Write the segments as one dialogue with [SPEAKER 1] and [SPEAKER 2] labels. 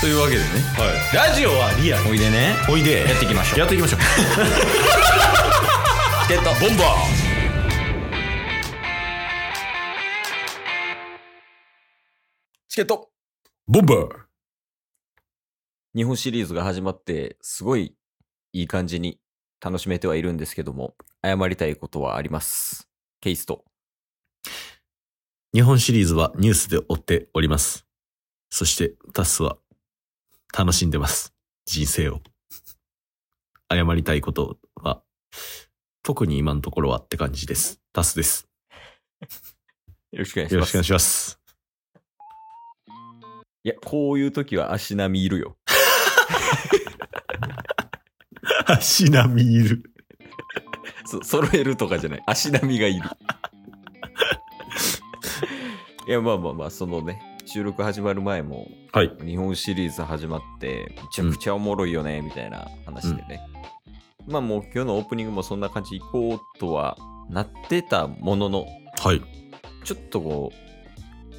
[SPEAKER 1] というわけでね
[SPEAKER 2] ラジオはリアル
[SPEAKER 1] おいでね
[SPEAKER 2] おいで
[SPEAKER 1] やっていきましょう
[SPEAKER 2] やっていきましょう
[SPEAKER 1] チケットボンバーチケット
[SPEAKER 2] ボンバー
[SPEAKER 1] 日本シリーズが始まってすごいいい感じに楽しめてはいるんですけども謝りたいことはありますケイスト
[SPEAKER 2] 日本シリーズはニュースで追っておりますそしてタスは楽しんでます人生を謝りたいことは特に今のところはって感じですタスです
[SPEAKER 1] よろしくお願いし
[SPEAKER 2] よ
[SPEAKER 1] ま
[SPEAKER 2] ろしく
[SPEAKER 1] す
[SPEAKER 2] お願いし ます
[SPEAKER 1] いやこういう時は足並みいるよ
[SPEAKER 2] 足並みいる
[SPEAKER 1] そ揃えるとかじゃない足並みがいる いやまあまあまあそのね収録始まる前も
[SPEAKER 2] はい
[SPEAKER 1] 日本シリーズ始まってめちゃくちゃおもろいよねみたいな話でね、まあもう今日のオープニングもそんな感じいこうとはなってたものの
[SPEAKER 2] はい
[SPEAKER 1] ちょっとこ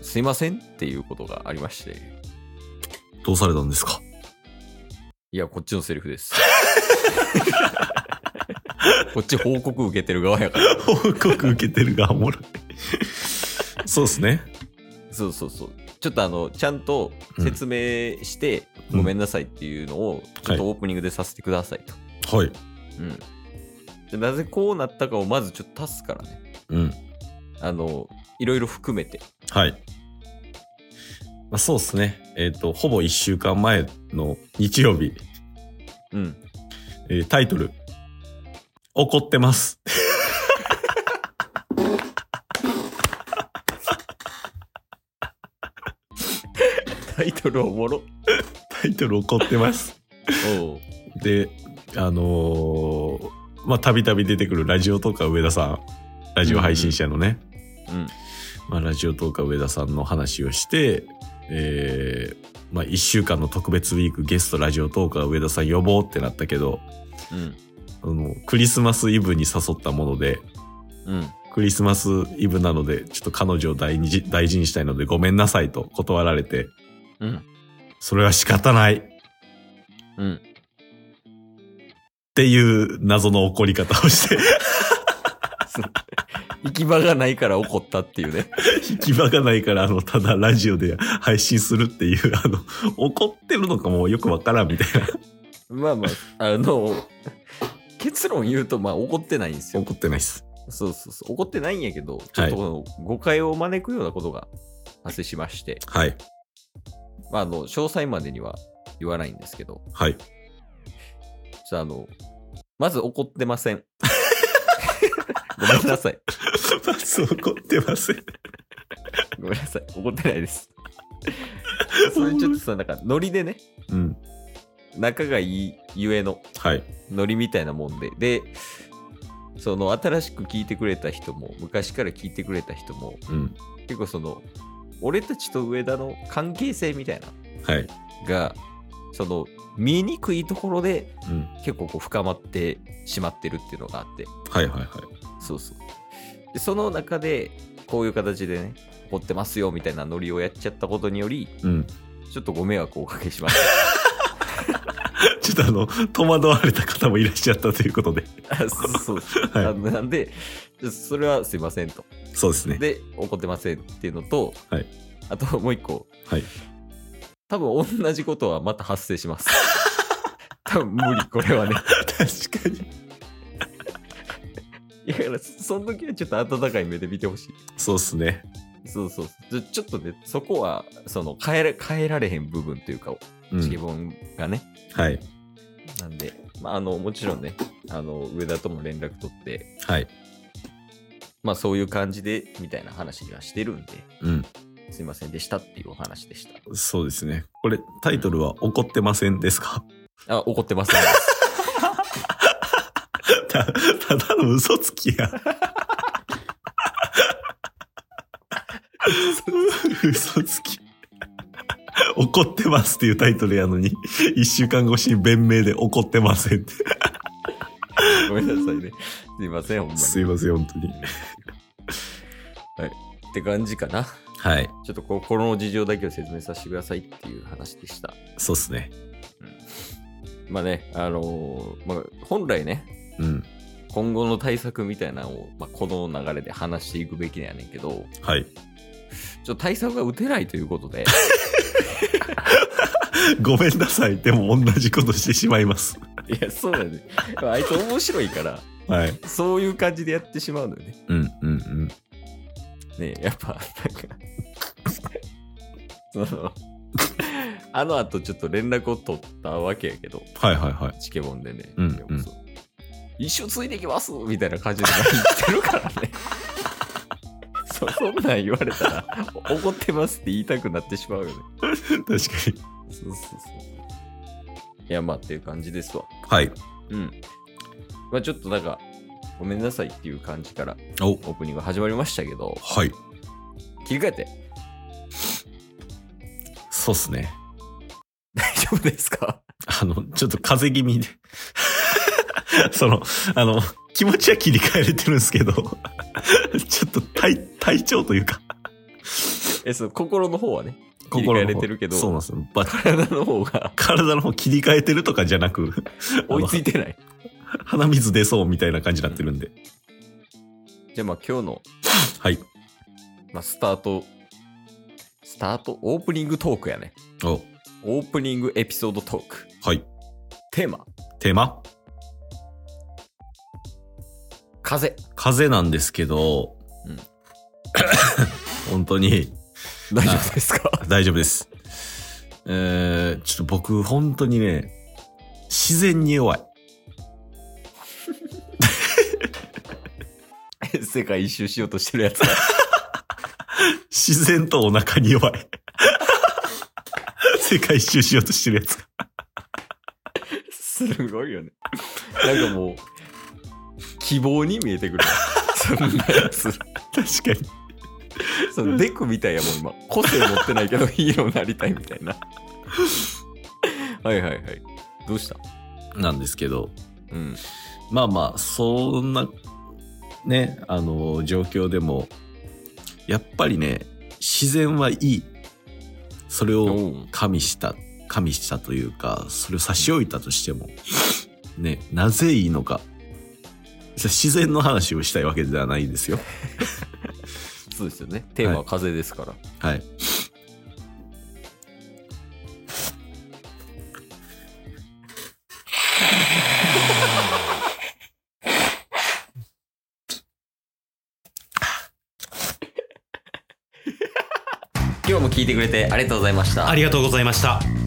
[SPEAKER 1] うすいませんっていうことがありまして
[SPEAKER 2] どうされたんですか
[SPEAKER 1] いやこっちのセリフです こっち報告受けてる側やから
[SPEAKER 2] 報告受けてるがおもろいそうですね
[SPEAKER 1] そうそうそう。ちょっとあの、ちゃんと説明して、
[SPEAKER 2] うん
[SPEAKER 1] ごめんなさいっていうのを、ちょっとオープニングでさせてくださいと。
[SPEAKER 2] はい
[SPEAKER 1] うん。でなぜこうなったかをまずちょっと足すからね。
[SPEAKER 2] うん
[SPEAKER 1] あの、いろいろ含めて。
[SPEAKER 2] はい。まあ、そうですね。えっ、と、ほぼ1週間前の日曜日、
[SPEAKER 1] うん。
[SPEAKER 2] えータイトル、怒ってます。
[SPEAKER 1] タイトルおもろ。
[SPEAKER 2] タイトル怒ってます。
[SPEAKER 1] おう
[SPEAKER 2] で、あのーまあ、たびたび出てくるラジオとか上田さん、ラジオ配信者のね、
[SPEAKER 1] うん。
[SPEAKER 2] まあ、ラジオトーカー上田さんの話をして、えーまあ、1週間の特別ウィークゲストラジオトーカー上田さん呼ぼうってなったけど、
[SPEAKER 1] うん。
[SPEAKER 2] あのクリスマスイブに誘ったもので、
[SPEAKER 1] うん。
[SPEAKER 2] クリスマスイブなので、ちょっと彼女を大事大事にしたいのでごめんなさいと断られて、
[SPEAKER 1] うん。
[SPEAKER 2] それは仕方ないっ
[SPEAKER 1] うん。
[SPEAKER 2] ていう謎の怒り方を して、
[SPEAKER 1] 行き場がないから怒ったっていうね。
[SPEAKER 2] 行き場がないから、あの、ただラジオで配信するっていう、あの、怒ってるのかもよくわからんみたいな。
[SPEAKER 1] まあまあ、あの、結論言うと、まあ怒ってないんですよ。
[SPEAKER 2] 怒ってないっす。
[SPEAKER 1] そうそうそう。怒ってないんやけど、ちょっとこの誤解を招くようなことが発生しまして、
[SPEAKER 2] はい。
[SPEAKER 1] まあ、あの、詳細までには言わないんですけど、
[SPEAKER 2] はい。
[SPEAKER 1] ちょっとあの、まず怒ってません。ごめんなさい。
[SPEAKER 2] まず怒ってません。
[SPEAKER 1] ごめんなさい。怒ってないです。それちょっとさ、なんかノリでね、
[SPEAKER 2] うん。
[SPEAKER 1] 仲がいいゆえの
[SPEAKER 2] はい。
[SPEAKER 1] ノリみたいなもんで、で、その新しく聞いてくれた人も、昔から聞いてくれた人も、
[SPEAKER 2] うん。
[SPEAKER 1] 結構その、俺たちと上田の関係性みたいな
[SPEAKER 2] はい。
[SPEAKER 1] がその見えにくいところで
[SPEAKER 2] うん。
[SPEAKER 1] 結構こう深まってしまってるっていうのがあって
[SPEAKER 2] はいはいはい。
[SPEAKER 1] そうそうでその中でこういう形でね怒ってますよみたいなノリをやっちゃったことにより
[SPEAKER 2] うん。
[SPEAKER 1] ちょっとご迷惑をおかけしまし
[SPEAKER 2] ちょっとあの、戸惑われた方もいらっしゃったということ で。
[SPEAKER 1] たあそう、あ
[SPEAKER 2] は
[SPEAKER 1] なんでそれはすいませんと
[SPEAKER 2] い。そうですね。
[SPEAKER 1] で怒ってませんっていうのと、
[SPEAKER 2] はい
[SPEAKER 1] あともう一個、
[SPEAKER 2] はい
[SPEAKER 1] 多分同じことはまた発生します 多分無理これはね
[SPEAKER 2] 確かに。
[SPEAKER 1] いやだからその時はちょっと温かい目で見てほしい
[SPEAKER 2] そうですね。
[SPEAKER 1] そうそうそうちょちょっとね、そこは、その、変えら変えられへん部分というか、
[SPEAKER 2] う
[SPEAKER 1] チケ
[SPEAKER 2] ん。
[SPEAKER 1] ボンがね、
[SPEAKER 2] はい。
[SPEAKER 1] なんで、まあ、あの、もちろんね、あの、上田とも連絡取って、
[SPEAKER 2] はい。
[SPEAKER 1] まあ、そういう感じで、みたいな話にはしてるんで、
[SPEAKER 2] うん。
[SPEAKER 1] すいませんでしたっていうお話でし
[SPEAKER 2] そうですね。これ、タイトルは怒ってませんですか
[SPEAKER 1] た。あ、怒ってます、ね。
[SPEAKER 2] た、ただの嘘つきや。嘘つき。怒ってますっていうタイトルやのに、一週間越しに弁明で怒ってませんって。
[SPEAKER 1] ごめんなさいね。すいません、ほんますに。
[SPEAKER 2] いません、本当に。
[SPEAKER 1] って感じかな。
[SPEAKER 2] はい。
[SPEAKER 1] ちょっと心の事情だけを説明させてくださいっていう話でした。
[SPEAKER 2] そうっすね。
[SPEAKER 1] まあね、あのーまあ、本来ね、
[SPEAKER 2] うん。
[SPEAKER 1] 今後の対策みたいなのを、まあ、この流れで話していくべきなんやねんけど、
[SPEAKER 2] はい。
[SPEAKER 1] ちょっと対策が打てないということで、
[SPEAKER 2] ごめんなさい。でも同じことしてしまいます。
[SPEAKER 1] いや、そうだね。 まああいつ面白いから、
[SPEAKER 2] はい。
[SPEAKER 1] そういう感じでやってしまうのよね。
[SPEAKER 2] うんうんうん。
[SPEAKER 1] ねえやっぱ、なんかその、あの後ちょっと連絡を取ったわけやけど、
[SPEAKER 2] はいはいはい。
[SPEAKER 1] チケボンでね、
[SPEAKER 2] うん
[SPEAKER 1] でもそう一生ついてきますみたいな感じで LINE 来てるからね。 そそんなん言われたら、怒ってますって言いたくなってしまうよね。
[SPEAKER 2] 確か
[SPEAKER 1] そう
[SPEAKER 2] に。
[SPEAKER 1] そうそう。いや、まあっていう感じですわ。
[SPEAKER 2] はい。
[SPEAKER 1] うん。まあちょっとなんか、ごめんなさいっていう感じから
[SPEAKER 2] お、
[SPEAKER 1] オープニング始まりましたけど、
[SPEAKER 2] はい。
[SPEAKER 1] 切り替えて
[SPEAKER 2] そうっすね。
[SPEAKER 1] 大丈夫ですか
[SPEAKER 2] あの、ちょっと風邪気味で。 その、あの、気持ちは切り替えれてるんですけど、 ちょっと体、体調というか、
[SPEAKER 1] え、そう、心の方はね、切り替えれてるけど
[SPEAKER 2] そうなんですよ。ば
[SPEAKER 1] 体の方 が
[SPEAKER 2] 体の方切り替えてるとかじゃなく、
[SPEAKER 1] 追いついてない。
[SPEAKER 2] あの鼻水出そうみたいな感じになってるんで。
[SPEAKER 1] じゃあまあ今日の、
[SPEAKER 2] はい。
[SPEAKER 1] まあ、スタート、スタート、オープニングトークやね。
[SPEAKER 2] お、
[SPEAKER 1] オープニングエピソードトーク。
[SPEAKER 2] はい。
[SPEAKER 1] テーマ、
[SPEAKER 2] テーマ
[SPEAKER 1] 風。
[SPEAKER 2] 風邪なんですけど、
[SPEAKER 1] うん
[SPEAKER 2] 本当に
[SPEAKER 1] 大丈夫です か
[SPEAKER 2] 大丈夫です。えー、ちょっと僕、本当にね、自然に弱い。
[SPEAKER 1] 世界一周しようとしてるやつ。
[SPEAKER 2] 自然とお腹に弱い。世界一周しようとしてるやつが。
[SPEAKER 1] すごいよね。なんかもう、希望に見えてくる。そんなやつ。
[SPEAKER 2] 確かに。
[SPEAKER 1] そのデクみたいやもん、今。個性持ってないけどヒーローになりたいみたいな。はいはいはい。どうした
[SPEAKER 2] なんですけど、
[SPEAKER 1] うん。
[SPEAKER 2] まあまあ、そんな、ね、あの、状況でも、やっぱりね、自然はいい。それを
[SPEAKER 1] お
[SPEAKER 2] 加味した、加味したというか、それを差し置いたとしても、ね、なぜいいのか。自然の話をしたいわけではないですよ。
[SPEAKER 1] そうですよね。テーマは風ですから。
[SPEAKER 2] はい。
[SPEAKER 1] 今日も聞いてくれてありがとうございました
[SPEAKER 3] ありがとうございました。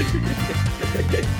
[SPEAKER 3] す